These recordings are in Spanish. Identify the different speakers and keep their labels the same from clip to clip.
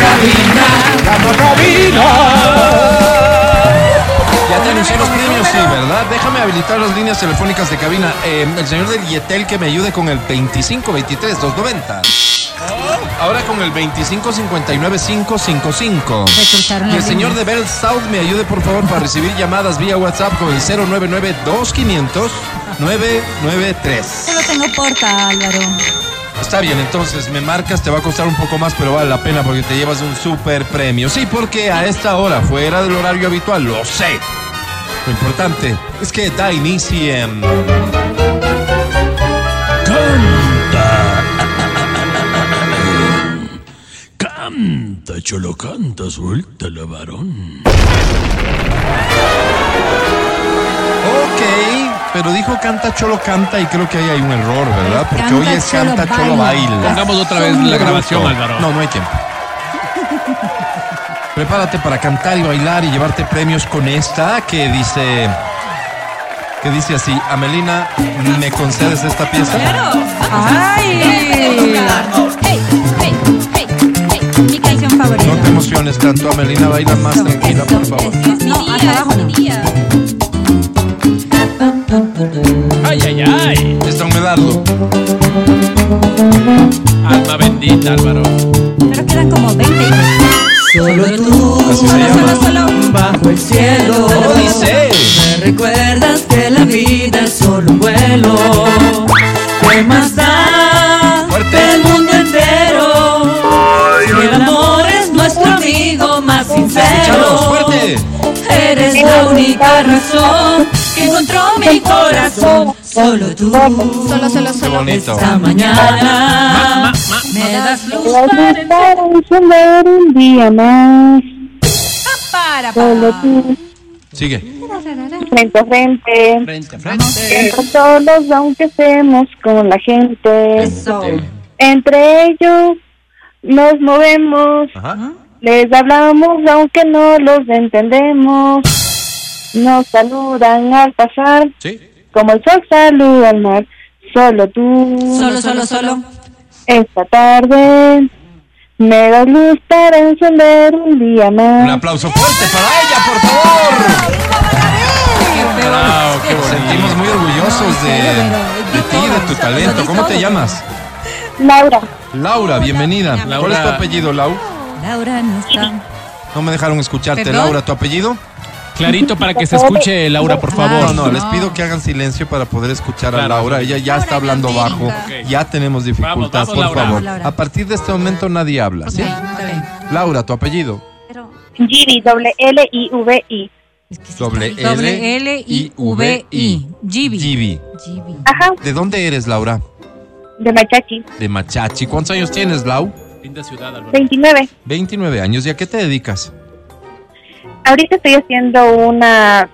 Speaker 1: Cama cabina.
Speaker 2: Ya te anuncié los premios, sí, ¿verdad? Déjame habilitar las líneas telefónicas de cabina. Eh, el señor del Yetel que me ayude con el 2523-290. Ahora con el 2559-555.
Speaker 3: Me cortaron
Speaker 2: Y
Speaker 3: la
Speaker 2: el señor de
Speaker 3: línea.
Speaker 2: Bell South me ayude, por favor, para recibir llamadas vía WhatsApp con el 099-2500-993.
Speaker 3: Yo no tengo porta, Álvaro.
Speaker 2: Está bien, entonces me marcas, te va a costar un poco más, pero vale la pena porque te llevas un super premio. Sí, porque a esta hora, fuera del horario habitual, lo sé. Lo importante es que da inicio em, en...
Speaker 4: Canta, cholo, canta, suelta la varón.
Speaker 2: Ok, pero dijo canta cholo canta y creo que ahí hay un error, ¿verdad? Porque
Speaker 3: Canta,
Speaker 2: hoy es
Speaker 3: cholo,
Speaker 2: canta cholo
Speaker 3: baila.
Speaker 2: baila.
Speaker 4: Pongamos otra vez la grabación, Álvaro.
Speaker 2: No, no hay tiempo. Prepárate para cantar y bailar y llevarte premios con esta que dice que dice así, Amelina, ¿me concedes esta pieza?
Speaker 5: Hey,
Speaker 3: ¡Ay!
Speaker 5: hey, hey, hey.
Speaker 3: Mi canción
Speaker 2: No te
Speaker 3: favorita.
Speaker 2: emociones tanto, Amelina, baila más tranquila, por favor.
Speaker 5: Es mi
Speaker 3: No,
Speaker 5: día,
Speaker 3: hasta
Speaker 5: es
Speaker 3: abajo
Speaker 5: mi
Speaker 3: no.
Speaker 5: día.
Speaker 4: Ay, ay, ay.
Speaker 2: Está Medardo.
Speaker 4: Alma bendita, Álvaro.
Speaker 3: Pero quedan como 20 hijos.
Speaker 6: Solo tú,
Speaker 2: Así se llama.
Speaker 3: Solo, solo.
Speaker 6: bajo el cielo.
Speaker 2: ¿Cómo dice?
Speaker 6: Me recuerdas que la vida es solo un vuelo. ¿Qué más da
Speaker 2: Fuerte.
Speaker 6: del mundo entero? Si el amor es nuestro amigo más sincero.
Speaker 2: Échalos, fuerte.
Speaker 6: Eres la única razón que encontró mi corazón. Solo tú.
Speaker 5: Solo, solo,
Speaker 2: Qué
Speaker 5: solo.
Speaker 2: bonito.
Speaker 6: Esta mañana me das luz
Speaker 7: Para encender un día más,
Speaker 5: Para,
Speaker 7: solo
Speaker 5: para.
Speaker 7: tú,
Speaker 2: Sigue.
Speaker 7: frente a frente,
Speaker 2: Frente, frente.
Speaker 7: entre todos, aunque estemos con la gente, entre ellos nos movemos,
Speaker 2: Ajá.
Speaker 7: les hablamos aunque no los entendemos, nos saludan al pasar,
Speaker 2: Sí.
Speaker 7: como el sol saluda al mar, solo tú.
Speaker 3: Solo, solo, solo.
Speaker 7: Esta tarde me das luz para encender un día
Speaker 2: Un
Speaker 7: más.
Speaker 2: aplauso fuerte para ella, por favor.
Speaker 4: Wow, qué
Speaker 2: Nos pues. sentimos muy orgullosos de, de ti, de tu talento. ¿Cómo te llamas?
Speaker 7: Laura,
Speaker 2: Laura, bienvenida. ¿Cuál es tu
Speaker 4: Laura.
Speaker 2: apellido, Lau?
Speaker 3: Laura no está.
Speaker 2: No me dejaron escucharte,
Speaker 5: ¿Perdón?
Speaker 2: Laura. ¿Tu apellido?
Speaker 4: Clarito para que se escuche, Laura, por favor.
Speaker 2: No, no,
Speaker 3: no.
Speaker 2: les pido que hagan silencio para poder escuchar a
Speaker 4: Claro.
Speaker 2: Laura. Ella ya está hablando
Speaker 5: Laura,
Speaker 2: bajo.
Speaker 4: Ok.
Speaker 2: Ya tenemos dificultad,
Speaker 4: Vamos, vamos,
Speaker 2: por
Speaker 4: Laura.
Speaker 2: favor.
Speaker 3: Laura.
Speaker 2: A partir de este momento nadie habla, ¿sí?
Speaker 3: Está bien.
Speaker 2: Laura, tu apellido.
Speaker 3: Pero
Speaker 7: Giri, doble L I V I.
Speaker 3: es que sí
Speaker 2: Doble
Speaker 3: está-
Speaker 2: L,
Speaker 3: doble L I V I. Gibi.
Speaker 2: Gibi.
Speaker 3: Gibi.
Speaker 7: Ajá,
Speaker 2: ¿De dónde eres, Laura?
Speaker 7: de Machachi,
Speaker 2: De Machachi. ¿Cuántos años tienes, Lau?
Speaker 4: Linda ciudad, Álvaro.
Speaker 7: 29.
Speaker 2: 29 años. ¿Y a qué te dedicas?
Speaker 7: Ahorita estoy haciendo una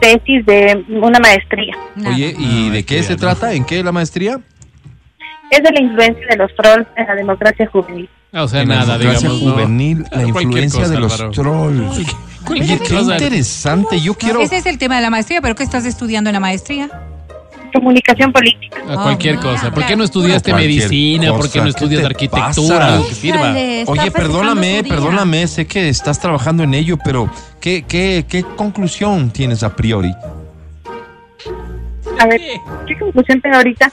Speaker 7: tesis de una maestría.
Speaker 3: Nada.
Speaker 2: Oye, ¿y
Speaker 4: Ah,
Speaker 2: de qué se
Speaker 4: estudiando.
Speaker 2: trata? ¿En qué la maestría?
Speaker 7: Es de la influencia de los trolls en la democracia juvenil.
Speaker 4: Ah, o sea,
Speaker 2: en la
Speaker 4: nada,
Speaker 2: democracia
Speaker 4: digamos. ¿no?
Speaker 2: juvenil, la
Speaker 4: Claro, cualquier
Speaker 2: influencia
Speaker 4: cosa,
Speaker 2: de los
Speaker 4: Álvaro. Uy,
Speaker 2: trolls. Oye,
Speaker 4: Cualquier
Speaker 2: qué
Speaker 4: cosa.
Speaker 2: interesante. Yo quiero.
Speaker 3: Ese es el tema de la maestría, pero ¿qué estás estudiando en la maestría?
Speaker 7: Comunicación política.
Speaker 4: Ah, Cualquier cosa. ¿Por qué no estudiaste
Speaker 2: Cualquier
Speaker 4: medicina? ¿Por qué no
Speaker 2: cosa, ¿qué
Speaker 4: estudias
Speaker 2: te
Speaker 4: arquitectura?
Speaker 2: pasa?
Speaker 4: Lo que sirva.
Speaker 5: Híjale, está
Speaker 2: Oye, perdóname,
Speaker 5: festejando su
Speaker 2: perdóname. Sé que estás trabajando en ello, pero ¿qué, qué, qué conclusión tienes a priori?
Speaker 7: A ver, ¿qué conclusión tengo ahorita?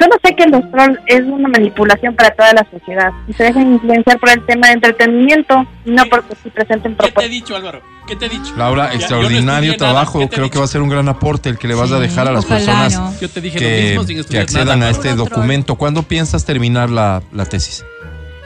Speaker 7: Solo sé que los trolls es una manipulación para toda la sociedad y se dejan influenciar por el tema de entretenimiento, no porque sí presenten propuestas.
Speaker 4: dicho, Álvaro? ¿Qué te he dicho?
Speaker 2: Laura,
Speaker 4: Ya, yo no estudié
Speaker 2: extraordinario
Speaker 4: nada,
Speaker 2: trabajo.
Speaker 4: ¿qué te he
Speaker 2: Creo que
Speaker 4: dicho?
Speaker 2: va a ser un gran aporte el que le vas a
Speaker 3: Sí,
Speaker 2: dejar a las
Speaker 3: ojalá,
Speaker 2: personas
Speaker 3: ¿no?
Speaker 4: Yo te dije lo
Speaker 2: que,
Speaker 4: mismo sin
Speaker 2: que
Speaker 4: estudiar
Speaker 2: accedan
Speaker 4: nada.
Speaker 2: a este
Speaker 3: Puro troll.
Speaker 2: documento. ¿Cuándo piensas terminar la, la tesis?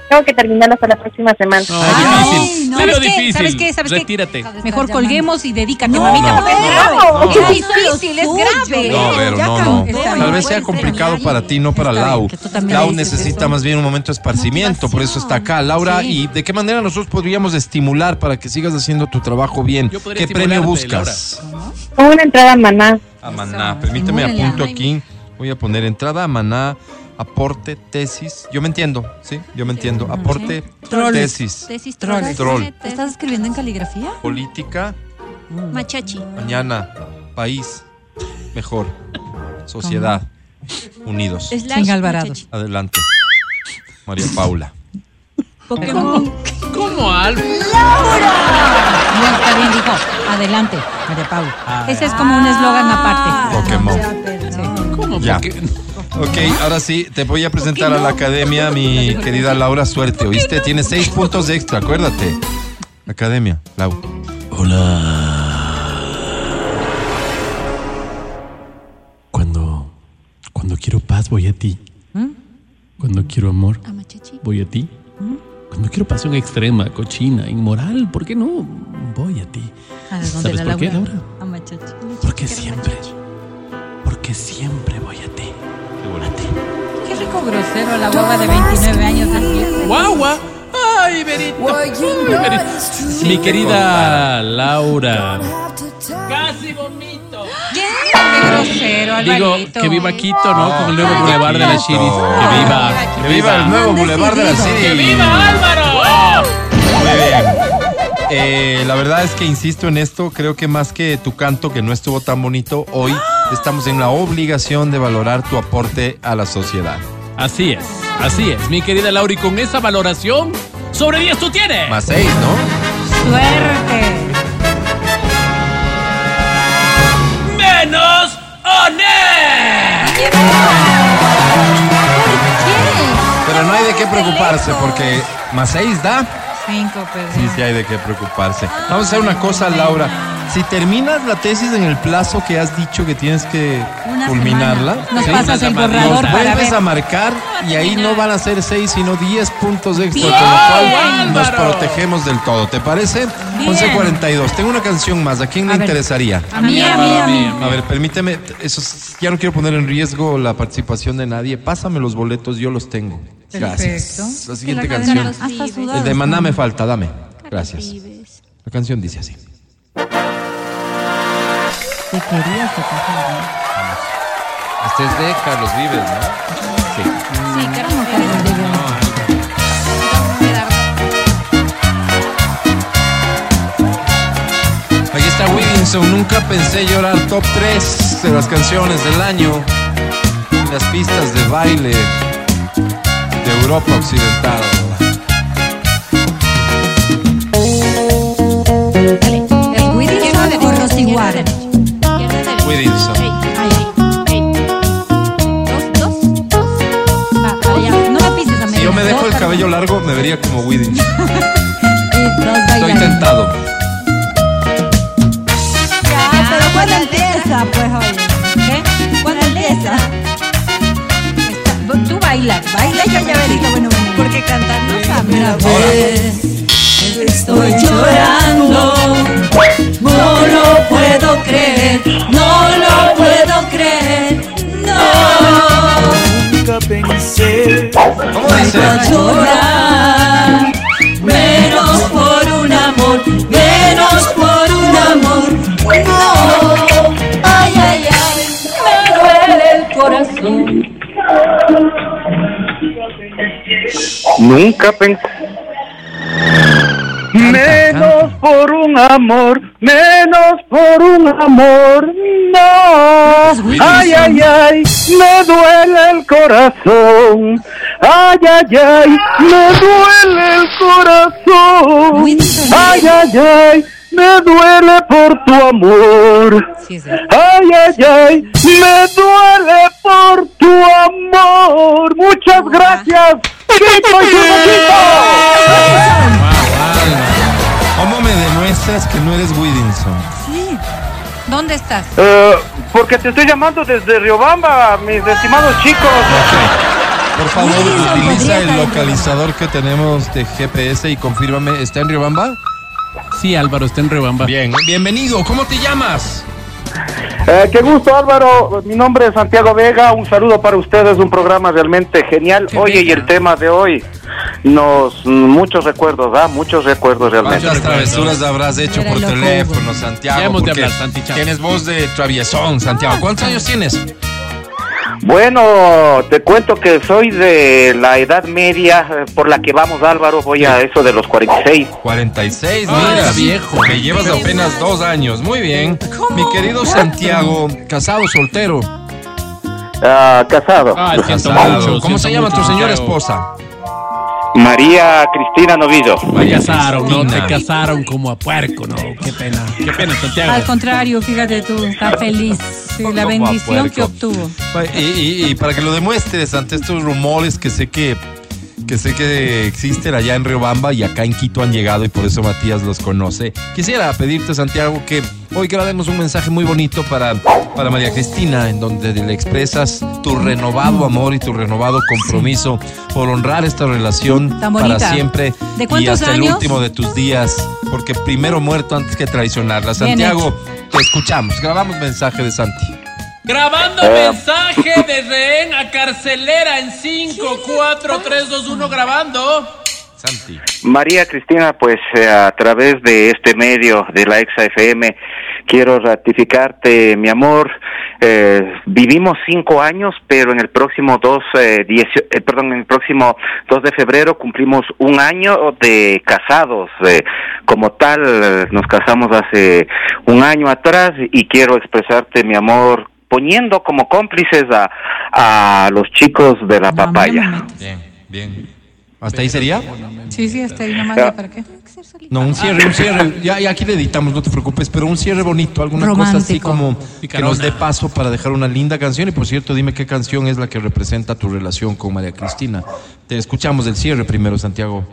Speaker 7: Tengo que terminarlo hasta la próxima semana.
Speaker 4: No,
Speaker 3: Ah,
Speaker 4: difícil.
Speaker 3: no,
Speaker 4: Lo veo
Speaker 3: ¿sabes qué?
Speaker 4: difícil.
Speaker 3: ¿Sabes qué? ¿Sabes qué?
Speaker 4: Retírate.
Speaker 3: Mejor colguemos y dedícate,
Speaker 2: No,
Speaker 3: mamita,
Speaker 2: no,
Speaker 3: porque es
Speaker 2: no,
Speaker 3: grave.
Speaker 2: no.
Speaker 3: Es difícil, es grave.
Speaker 2: No, Vero, no, no. Tal vez sea complicado para ti, no para
Speaker 3: Está bien,
Speaker 2: Lau.
Speaker 3: que tú también
Speaker 2: Lau
Speaker 3: le dices
Speaker 2: necesita
Speaker 3: eso.
Speaker 2: más bien un momento de esparcimiento, por eso está acá. Laura,
Speaker 3: Sí.
Speaker 2: ¿y de qué manera nosotros podríamos estimular para que sigas haciendo tu trabajo bien?
Speaker 4: Yo podría
Speaker 2: ¿Qué premio
Speaker 4: estimularte,
Speaker 2: buscas?
Speaker 7: Una entrada a maná.
Speaker 2: Amaná, permíteme
Speaker 3: estimúlenla.
Speaker 2: apunto aquí. Voy a poner entrada, amaná, aporte, tesis. Yo me entiendo, ¿sí? Yo me entiendo. Aporte,
Speaker 3: Troll.
Speaker 2: tesis,
Speaker 5: Tesis
Speaker 3: Troll.
Speaker 5: troll.
Speaker 2: Troll.
Speaker 3: ¿Te estás escribiendo en caligrafía?
Speaker 2: política,
Speaker 5: Machachi.
Speaker 2: mañana, país, mejor, sociedad. unidos.
Speaker 5: Slash
Speaker 3: Sin Alvarado.
Speaker 5: muchachito.
Speaker 2: Adelante. María Paula.
Speaker 6: Pokémon.
Speaker 4: ¿Cómo, Alf?
Speaker 3: No, está bien, dijo. Adelante, María
Speaker 8: Ah.
Speaker 3: Paula. Ese es como un eslogan aparte.
Speaker 2: Pokémon.
Speaker 6: Ya, perdón.
Speaker 4: ¿Cómo?
Speaker 2: Ya.
Speaker 4: Porque-
Speaker 2: Ok, ahora sí, te voy a presentar a la academia, mi querida Laura Suerte, ¿oíste? Tiene seis puntos extra, acuérdate. Academia, Lau.
Speaker 8: Cuando, cuando quiero paz, voy a ti. Cuando quiero amor,
Speaker 5: Ah, muchachito.
Speaker 8: voy a ti. Cuando quiero pasión extrema, cochina, inmoral, ¿por qué no? Voy a ti.
Speaker 3: A ver, Ah, ¿dónde
Speaker 8: ¿Sabes
Speaker 3: la
Speaker 8: por
Speaker 3: Ah,
Speaker 8: qué,
Speaker 3: Laura?
Speaker 8: Laura?
Speaker 3: A machachi.
Speaker 8: Porque siempre, porque siempre voy a ti. A ti.
Speaker 3: Qué rico grosero la guagua de 29 años del
Speaker 4: Guagua. Ay, Berito. Ay, Berito. Mi querida Laura. Casi vomito.
Speaker 3: Qué grosero,
Speaker 4: Digo,
Speaker 3: Alvarito.
Speaker 4: que viva Quito, ¿no? Con Ah, el nuevo
Speaker 2: Ay,
Speaker 4: Boulevard de las
Speaker 2: Quito.
Speaker 4: Chiris. Que viva.
Speaker 2: Ah, Que viva el nuevo Boulevard de la City.
Speaker 4: ¡Que viva Álvaro!
Speaker 2: Muy bien. Eh, la verdad es que insisto en esto, creo que más que tu canto que no estuvo tan bonito, hoy estamos en la obligación de valorar tu aporte a la sociedad.
Speaker 4: Así es, así es, mi querida Laura. Y con esa valoración, sobre 10 tú tienes.
Speaker 2: Más seis, ¿no?
Speaker 3: Suerte.
Speaker 4: menos honesto.
Speaker 2: Pero no hay de qué preocuparse porque más seis da.
Speaker 3: Cinco, perdón.
Speaker 2: Sí, sí hay de qué preocuparse. Vamos a hacer una cosa, Laura. Si terminas la tesis en el plazo que has dicho que tienes que
Speaker 3: Una
Speaker 2: culminarla,
Speaker 3: semana. Nos
Speaker 2: ¿sí?
Speaker 3: pasas el
Speaker 4: Nos
Speaker 3: borrador
Speaker 2: nos
Speaker 3: para
Speaker 2: vuelves
Speaker 3: ver.
Speaker 2: a marcar y ahí no van a ser seis, sino 10 puntos extra,
Speaker 3: Bien,
Speaker 2: con lo cual
Speaker 4: Álvaro.
Speaker 2: nos protegemos del todo. ¿Te parece?
Speaker 3: Bien.
Speaker 2: 11.42. Tengo una canción más. ¿A quién le
Speaker 3: A ver.
Speaker 2: interesaría?
Speaker 3: A mí, a mí, a mí.
Speaker 2: A ver, permíteme, eso es- ya no quiero poner en riesgo la participación de nadie. Pásame los boletos, yo los tengo. Gracias.
Speaker 3: Perfecto.
Speaker 2: La siguiente
Speaker 5: Que la
Speaker 2: canción.
Speaker 5: canción.
Speaker 3: Hasta sudar.
Speaker 2: El de Maná me falta, dame. Gracias.
Speaker 5: Vives.
Speaker 2: La canción dice así.
Speaker 3: Te quería que pasara.
Speaker 2: Este es de Carlos Vives, ¿no?
Speaker 5: Sí, Carlos Vives.
Speaker 2: Aquí Ah, está Williamson, nunca pensé llorar top 3 de las canciones del año. Las pistas de baile de Europa Occidental.
Speaker 5: Izquierda
Speaker 3: El Witty sabe
Speaker 5: derecha,
Speaker 3: por los
Speaker 5: izquierda
Speaker 3: iguales.
Speaker 5: derecha. Izquierda derecha.
Speaker 2: Williamson.
Speaker 5: Ey, ey, ey. Dos, dos, dos. Va, para allá.
Speaker 3: No me pises a mí.
Speaker 2: Si yo me dejo el cabello largo, me vería como Williamson. Estoy
Speaker 3: Estoy
Speaker 2: tentado.
Speaker 3: Pero ¿cuándo empieza? Pues oye. ¿Qué? ¿Cuándo empieza? Está- Tú baila, baila y yo ya veré. Bueno, bueno. Porque cantar no
Speaker 6: Una
Speaker 3: sabe.
Speaker 6: vez estoy llorando, no lo puedo creer, no lo puedo creer, no.
Speaker 1: Nunca pensé
Speaker 2: ¿Cómo
Speaker 6: Vengo a
Speaker 2: dice?
Speaker 6: llorar, menos por un amor, menos por un amor, no. Ay, ay, ay, me duele el corazón.
Speaker 1: Nunca pensé. Menos por un amor, menos por un amor, no. Ay, ay, ay, me duele el corazón. Ay, ay, ay, me duele el corazón. Ay, ay, ay, me duele por tu amor.
Speaker 3: Sí, es cierto.
Speaker 1: Ay, ay, ay, me duele por tu amor. Muchas gracias. Quito y Quito.
Speaker 2: ¿Cómo me demuestras que no eres Williamson?
Speaker 3: Sí. ¿Dónde estás?
Speaker 1: Eh, porque te estoy llamando desde Riobamba, mis estimados chicos.
Speaker 2: Por favor,
Speaker 3: Williamson podría
Speaker 2: utiliza
Speaker 3: estar
Speaker 2: el
Speaker 3: en
Speaker 2: localizador que tenemos de GPS y confírmame, ¿está en Riobamba?
Speaker 4: Sí, Álvaro, está en Rebamba.
Speaker 2: Bien, bienvenido, ¿cómo te llamas?
Speaker 1: Eh, qué gusto, Álvaro. Mi nombre es Santiago Vega. Un saludo para ustedes. Un programa realmente genial.
Speaker 4: Qué
Speaker 1: Oye, y
Speaker 4: bella.
Speaker 1: el tema de hoy, nos muchos recuerdos, ¿ah? Muchos recuerdos realmente.
Speaker 2: Muchas travesuras habrás hecho por
Speaker 3: Era loco,
Speaker 2: teléfono, Santiago.
Speaker 4: Ya hemos de
Speaker 2: porque
Speaker 4: hablar, Santi, chao.
Speaker 2: Tienes voz de traviesón,
Speaker 3: Ah,
Speaker 2: Santiago. ¿Cuántos años tienes?
Speaker 1: Bueno, te cuento que soy de la edad media eh, por la que vamos, Álvaro. Voy a eso de los 46.
Speaker 2: 46,
Speaker 4: Ah,
Speaker 2: mira.
Speaker 4: eres viejo.
Speaker 2: Me llevas apenas dos años. Muy bien. Mi querido Santiago, casado, soltero.
Speaker 1: Ah, casado.
Speaker 4: Ah, siento
Speaker 2: Casado.
Speaker 4: mucho. siento
Speaker 2: ¿Cómo se llama
Speaker 4: mucho,
Speaker 2: tu señora
Speaker 4: Santiago.
Speaker 2: esposa?
Speaker 1: María Cristina Novido.
Speaker 4: Te casaron, no te
Speaker 2: Cristina.
Speaker 4: casaron como a puerco, no. Qué pena, qué pena,
Speaker 3: Al
Speaker 4: Santiago.
Speaker 3: contrario, fíjate tú, está feliz. Sí, la
Speaker 2: Como a
Speaker 3: bendición que
Speaker 2: puerco.
Speaker 3: obtuvo.
Speaker 2: Y, y- y para que lo demuestres ante estos rumores que sé que, que sé que existen allá en Riobamba y acá en Quito han llegado y por eso Matías los conoce. Quisiera pedirte, Santiago, que hoy grabemos un mensaje muy bonito para, para María Cristina, en donde le expresas tu renovado amor y tu renovado compromiso por honrar esta relación
Speaker 3: Tan
Speaker 2: para
Speaker 3: bonita.
Speaker 2: siempre
Speaker 3: ¿De
Speaker 2: y
Speaker 3: cuántos
Speaker 2: hasta el
Speaker 3: años?
Speaker 2: último de tus días, porque primero muerto antes que traicionarla.
Speaker 3: Bien
Speaker 2: Santiago, te escuchamos, grabamos mensaje de Santi.
Speaker 4: Grabando
Speaker 2: Eh.
Speaker 4: mensaje de rehén a carcelera en 5, 4, 3, 2, 1, grabando.
Speaker 2: Santi.
Speaker 1: María Cristina, pues eh, a través de este medio de la Exa FM quiero ratificarte, mi amor. Eh, vivimos cinco años, pero en el próximo dos, eh, diecio- eh, perdón, en el próximo 2 de febrero cumplimos un año de casados. eh, como tal, eh, nos casamos hace un año atrás y quiero expresarte, mi amor, poniendo como cómplices a, a los chicos de la
Speaker 3: No, a mí no me
Speaker 1: papaya.
Speaker 3: metas.
Speaker 2: Bien, bien. ¿Hasta ahí sería?
Speaker 3: Sí, sí, hasta ahí nomás. ¿ya ¿Para qué?
Speaker 2: No, un cierre, un cierre. Ya, ya aquí le editamos, no te preocupes, pero un cierre bonito, alguna cosa así
Speaker 3: Romántico.
Speaker 2: como que nos dé paso para dejar una linda canción. Y por cierto, dime qué canción es la que representa tu relación con María Cristina. Te escuchamos el cierre primero, Santiago.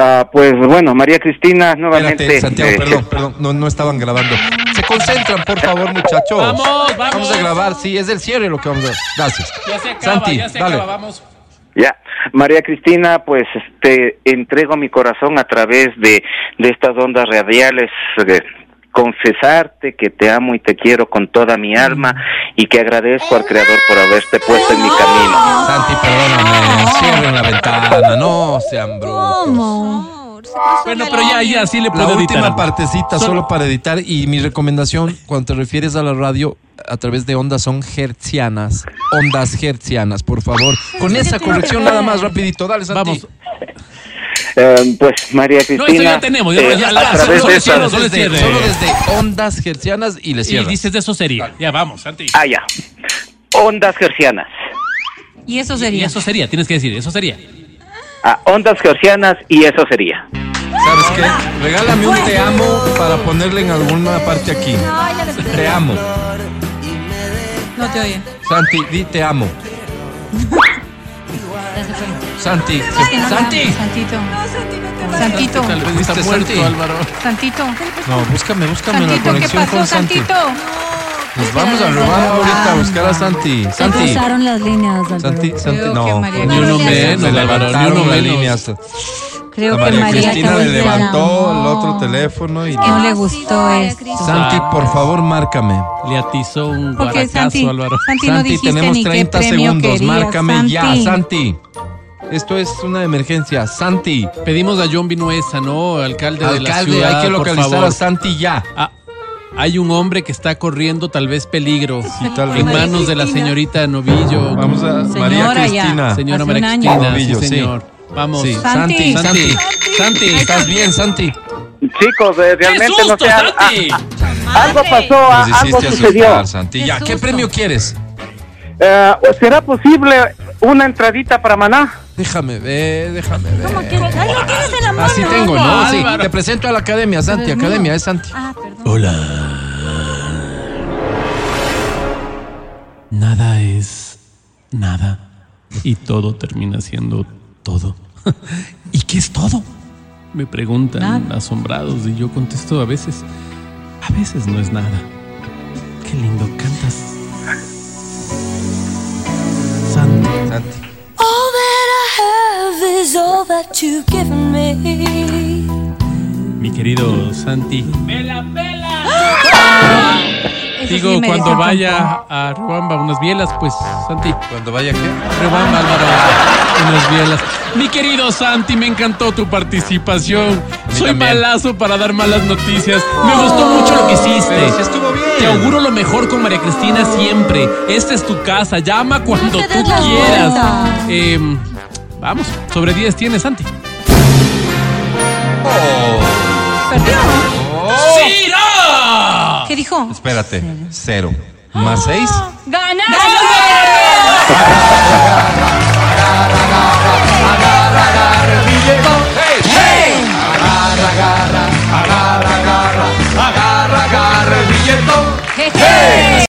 Speaker 1: Ah, pues bueno, María Cristina, nuevamente.
Speaker 2: Espérate, Santiago,
Speaker 1: eh,
Speaker 2: perdón, perdón, no, no estaban grabando. Se concentran, por favor, muchachos.
Speaker 4: Vamos, vamos.
Speaker 2: Vamos a grabar, sí, es el cierre lo que vamos a Gracias.
Speaker 4: Ya se acaba,
Speaker 2: Santi,
Speaker 4: ya se
Speaker 2: dale.
Speaker 4: acaba, vamos.
Speaker 1: Ya, María Cristina, pues te entrego mi corazón a través de, de estas ondas radiales. eh, confesarte que te amo y te quiero con toda mi alma y que agradezco al Creador por haberte puesto en mi camino.
Speaker 2: Santi, perdóname, cierren la ventana, no sean brutos.
Speaker 5: Amor, se pasó
Speaker 4: Bueno,
Speaker 5: de
Speaker 4: pero ya,
Speaker 5: lanza.
Speaker 4: ya, sí le
Speaker 2: La
Speaker 4: puedo
Speaker 2: última
Speaker 4: editar.
Speaker 2: partecita solo para editar y mi recomendación cuando te refieres a la radio a través de ondas son hertzianas, ondas hertzianas, por favor. Con esa corrección nada más rapidito, dale Santi.
Speaker 4: Vamos.
Speaker 1: Eh, pues María
Speaker 4: No, eso
Speaker 1: Cristina,
Speaker 4: ya tenemos. Ya,
Speaker 1: eh,
Speaker 4: ya,
Speaker 1: a
Speaker 4: ya,
Speaker 1: través
Speaker 4: solo
Speaker 1: este de
Speaker 4: cierro,
Speaker 1: estas-
Speaker 4: solo
Speaker 2: Desde-
Speaker 4: cierre.
Speaker 2: solo desde ondas hertzianas y le
Speaker 4: Y
Speaker 2: cierras.
Speaker 4: dices de eso sería. Ya, vamos, Santi.
Speaker 1: Ah, ya. Ondas gercianas.
Speaker 3: Y eso
Speaker 4: Y
Speaker 3: sería.
Speaker 4: eso sería, tienes que decir, eso sería.
Speaker 1: Ah, ondas gercianas y eso sería.
Speaker 2: ¿Sabes qué? Regálame un te amo para ponerle en alguna parte aquí.
Speaker 5: Ay, ya les-
Speaker 2: Te amo.
Speaker 3: No te oye.
Speaker 2: Santi, di te amo.
Speaker 3: Ya se fue.
Speaker 2: Santi,
Speaker 3: Es que no me
Speaker 2: Santi.
Speaker 3: amas, Santito. Santito.
Speaker 4: Tal vez está
Speaker 2: ¿Viste,
Speaker 4: muerto,
Speaker 2: Santi?
Speaker 4: Álvaro.
Speaker 3: Santito.
Speaker 2: No, búscame, búscame la
Speaker 3: Santito, ¿qué
Speaker 2: conexión
Speaker 3: pasó,
Speaker 2: con Santi.
Speaker 3: Santito?
Speaker 2: Nos vamos a robar ahorita a buscar a Santi. Santi.
Speaker 9: Cruzaron las líneas, Álvaro.
Speaker 2: Santi, Santi,
Speaker 3: Creo que
Speaker 2: no.
Speaker 3: María
Speaker 2: ni
Speaker 3: Cristina-
Speaker 2: uno menos,
Speaker 4: Se
Speaker 2: Álvaro, ni
Speaker 4: levantaron
Speaker 2: uno
Speaker 4: la
Speaker 2: menos.
Speaker 4: línea
Speaker 9: Creo
Speaker 2: A
Speaker 9: que
Speaker 2: María
Speaker 9: María
Speaker 2: Cristina
Speaker 9: acabó
Speaker 2: le
Speaker 9: de
Speaker 2: levantó
Speaker 9: llamar.
Speaker 2: el otro teléfono y...
Speaker 9: Que no le gustó esto.
Speaker 2: Santi,
Speaker 3: pues.
Speaker 2: por favor, márcame.
Speaker 4: Le atizó un
Speaker 3: Porque Santi,
Speaker 4: guaracazo, Álvaro.
Speaker 3: Santi no
Speaker 2: Santi,
Speaker 3: dijiste
Speaker 2: tenemos
Speaker 3: ni qué
Speaker 2: 30
Speaker 3: premio
Speaker 2: segundos.
Speaker 3: querías,
Speaker 2: Márcame
Speaker 3: Santi.
Speaker 2: ya, Santi. Esto es una emergencia. Santi,
Speaker 4: Pedimos a John Vinuesa, ¿no? Alcalde, de la
Speaker 2: alcalde,
Speaker 4: ciudad,
Speaker 2: hay que
Speaker 4: por
Speaker 2: localizar
Speaker 4: favor.
Speaker 2: a Santi ya.
Speaker 4: Ah, hay un hombre que está corriendo tal vez peligro
Speaker 2: tal
Speaker 4: en
Speaker 2: vez.
Speaker 4: manos de la señorita Novillo.
Speaker 2: Vamos a
Speaker 3: Señora,
Speaker 2: María
Speaker 3: ya.
Speaker 2: Cristina.
Speaker 4: Señora
Speaker 3: Hace
Speaker 4: María
Speaker 3: un año.
Speaker 4: Cristina, Ah. sí,
Speaker 2: Novillo, sí.
Speaker 4: señor. Vamos.
Speaker 2: Sí, Santi,
Speaker 3: Santi.
Speaker 4: Santi.
Speaker 2: Santi, ¿estás bien, Santi?
Speaker 1: Chicos,
Speaker 4: ¡Qué
Speaker 1: eh, realmente no Ah,
Speaker 4: susto,
Speaker 1: sé, a-
Speaker 4: Santi!
Speaker 1: a- algo pasó, a-
Speaker 2: Nos
Speaker 1: algo
Speaker 2: hiciste
Speaker 1: sucedió.
Speaker 2: asustar, Santi.
Speaker 3: Qué
Speaker 2: Ya, ¿qué
Speaker 3: susto.
Speaker 2: premio quieres?
Speaker 1: Eh, ¿Será posible una entradita para Maná?
Speaker 2: Déjame ver, déjame ver.
Speaker 9: ¿Cómo que? Ay, lo tienes en la mano.
Speaker 2: Ah, sí tengo, ¿no? Sí,
Speaker 4: Álvaro.
Speaker 2: te presento a la academia, Santi.
Speaker 9: Dios mío.
Speaker 2: Academia, es Santi.
Speaker 9: Ah, perdón.
Speaker 8: Hola.
Speaker 4: Nada es nada y todo termina siendo todo. ¿Y qué es todo? Me preguntan
Speaker 3: Nada.
Speaker 4: asombrados y yo contesto a veces, a veces no es nada. Qué lindo cantas. Santo.
Speaker 2: Santi.
Speaker 9: All that I have is all that you've given me.
Speaker 4: Mi querido Santi. ¡Me la
Speaker 3: ¡Ah! Eso sí
Speaker 4: Digo,
Speaker 3: me
Speaker 4: cuando
Speaker 3: deja
Speaker 4: vaya a Ruamba unas bielas, pues Santi.
Speaker 2: Cuando vaya que.
Speaker 4: Rebamba Álvaro, unas bielas. Mi querido Santi, me encantó tu participación. Soy
Speaker 2: también.
Speaker 4: malazo para dar malas noticias. Me gustó mucho lo que hiciste.
Speaker 2: Pero sí estuvo bien.
Speaker 4: Te auguro lo mejor con María Cristina siempre. Esta es tu casa. Llama cuando
Speaker 9: No te
Speaker 4: tú
Speaker 9: des las
Speaker 4: quieras.
Speaker 9: vueltas.
Speaker 4: Eh, vamos, sobre 10 tienes, Santi.
Speaker 3: Perdió.
Speaker 4: ¡Ciro!
Speaker 2: ¡Oh!
Speaker 3: ¿Qué dijo?
Speaker 2: Espérate, cero.
Speaker 10: más seis.
Speaker 3: ¡Ganaste!